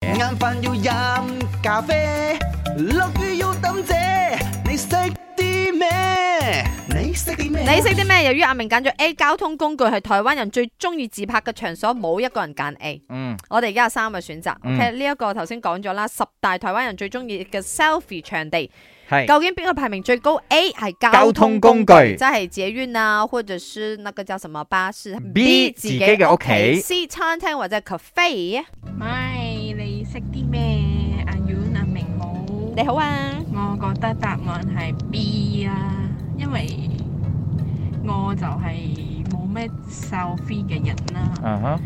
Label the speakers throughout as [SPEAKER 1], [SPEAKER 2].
[SPEAKER 1] 餐飯要飲咖啡，落雨要抌遮，你識啲咩？你識啲咩？
[SPEAKER 2] 你識啲咩？由於阿明揀咗 A 交通工具係台灣人最中意自拍嘅場所，冇一個人揀 A。
[SPEAKER 3] 嗯，
[SPEAKER 2] 我哋而家有三個選擇。
[SPEAKER 3] 嗯
[SPEAKER 2] OK，呢一個頭先講咗啦，十大台灣人最中意嘅 selfie 場地，
[SPEAKER 3] 係
[SPEAKER 2] 究竟邊個排名最高？A 係交
[SPEAKER 3] 交
[SPEAKER 2] 通
[SPEAKER 3] 通
[SPEAKER 2] 工
[SPEAKER 3] 工
[SPEAKER 2] 具，
[SPEAKER 3] 具
[SPEAKER 2] 即係捷運啊，或者是那個叫什麼巴士
[SPEAKER 3] B，自己嘅屋企
[SPEAKER 2] ，C 餐廳或者 cafe。
[SPEAKER 4] 咪你識啲咩？阿 Yun 阿明好，
[SPEAKER 2] 你好啊，
[SPEAKER 4] 我覺得答案係 B 啊，因為我就係冇咩 selfie 嘅人啦。
[SPEAKER 2] 啊
[SPEAKER 3] 嗯哼，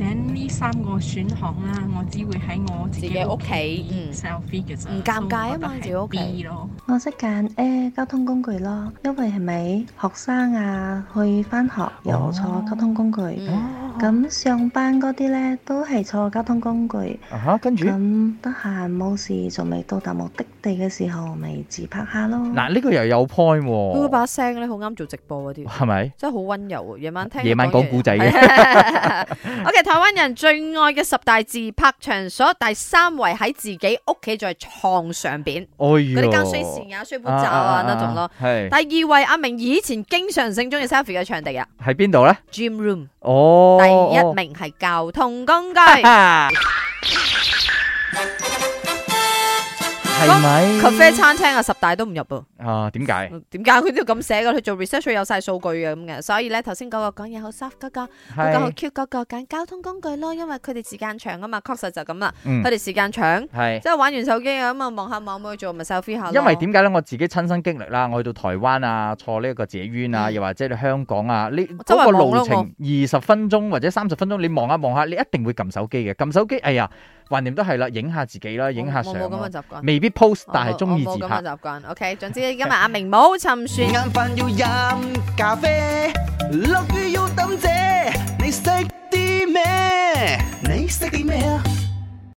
[SPEAKER 4] 頂呢三個選項啦，我只會喺我自己屋企 selfie 嘅咋，
[SPEAKER 2] 嗯唔尷尬啊嘛
[SPEAKER 4] 所以我覺得係
[SPEAKER 2] 自己屋企
[SPEAKER 4] B 咯。
[SPEAKER 5] 我識揀 A 交通工具咯，因為係咪學生啊去翻學又坐交通工具，
[SPEAKER 2] 嗯
[SPEAKER 3] 哦
[SPEAKER 5] 咁、上班嗰啲呢都係坐交通工具。
[SPEAKER 3] 啊哈，跟住
[SPEAKER 5] 咁得閒冇事，仲未到達目的地嘅時候，咪自拍下咯。
[SPEAKER 3] 嗱呢個又有 point
[SPEAKER 2] 佢
[SPEAKER 3] 喎，
[SPEAKER 2] 把聲咧好啱做直播嗰啲。
[SPEAKER 3] 係咪？
[SPEAKER 2] 真係好温柔啊！夜晚聽
[SPEAKER 3] 夜晚講故仔嘅
[SPEAKER 2] 嘅。O.K. 台灣人最愛嘅十大自拍場所，第三位喺自己屋企，就係床上邊
[SPEAKER 3] 哎
[SPEAKER 2] 嗰啲
[SPEAKER 3] 呦，
[SPEAKER 2] 間水線啊、水杯罩
[SPEAKER 3] À,
[SPEAKER 2] 啊那種咯。
[SPEAKER 3] 係
[SPEAKER 2] 第二位阿明以前經常性中意 selfie 嘅場地啊
[SPEAKER 3] 喺邊度咧？
[SPEAKER 2] ，gym room。
[SPEAKER 3] 哦，
[SPEAKER 2] 第一名係交通工 具
[SPEAKER 3] 係咪？
[SPEAKER 2] ，cafe 餐廳啊，十大都唔入噃。
[SPEAKER 3] 啊？點解？
[SPEAKER 2] 點解佢都要咁寫嘅？佢做 research 佢有晒數據嘅咁嘅，所以咧頭先嗰個講嘢好 soft 嗰個，嗰個好
[SPEAKER 3] 係
[SPEAKER 2] cute 嗰個揀交通工具咯，因為佢哋時間長啊嘛，確實就咁啦。
[SPEAKER 3] 嗯
[SPEAKER 2] 佢哋時間長。
[SPEAKER 3] 係。
[SPEAKER 2] 即係玩完手機啊，咁啊望下望冇去做，咪 selfie 下咯
[SPEAKER 3] 因為點解咧？我自己親身經歷啦，我去到台灣啊，坐呢一個捷運啊，
[SPEAKER 2] 嗯
[SPEAKER 3] 又或者你香港啊，呢
[SPEAKER 2] 周圍
[SPEAKER 3] 嗰個路
[SPEAKER 2] 望
[SPEAKER 3] 程二十分鐘或者三十分鐘，你望下望下，你一定會撳手機嘅。撳手機，哎呀，橫掂都係啦，影下自己啦，影下
[SPEAKER 2] 我
[SPEAKER 3] 相
[SPEAKER 2] 我冇咁嘅
[SPEAKER 3] 啦，
[SPEAKER 2] 習慣，
[SPEAKER 3] 未必 post，
[SPEAKER 2] 我冇
[SPEAKER 3] 但係中意
[SPEAKER 2] 哦我
[SPEAKER 3] 自
[SPEAKER 2] 冇
[SPEAKER 3] 拍
[SPEAKER 2] 咁嘅。習慣。OK，總之今日 阿明冇沉船。
[SPEAKER 1] 晏飯要飲咖啡，落雨要抌遮，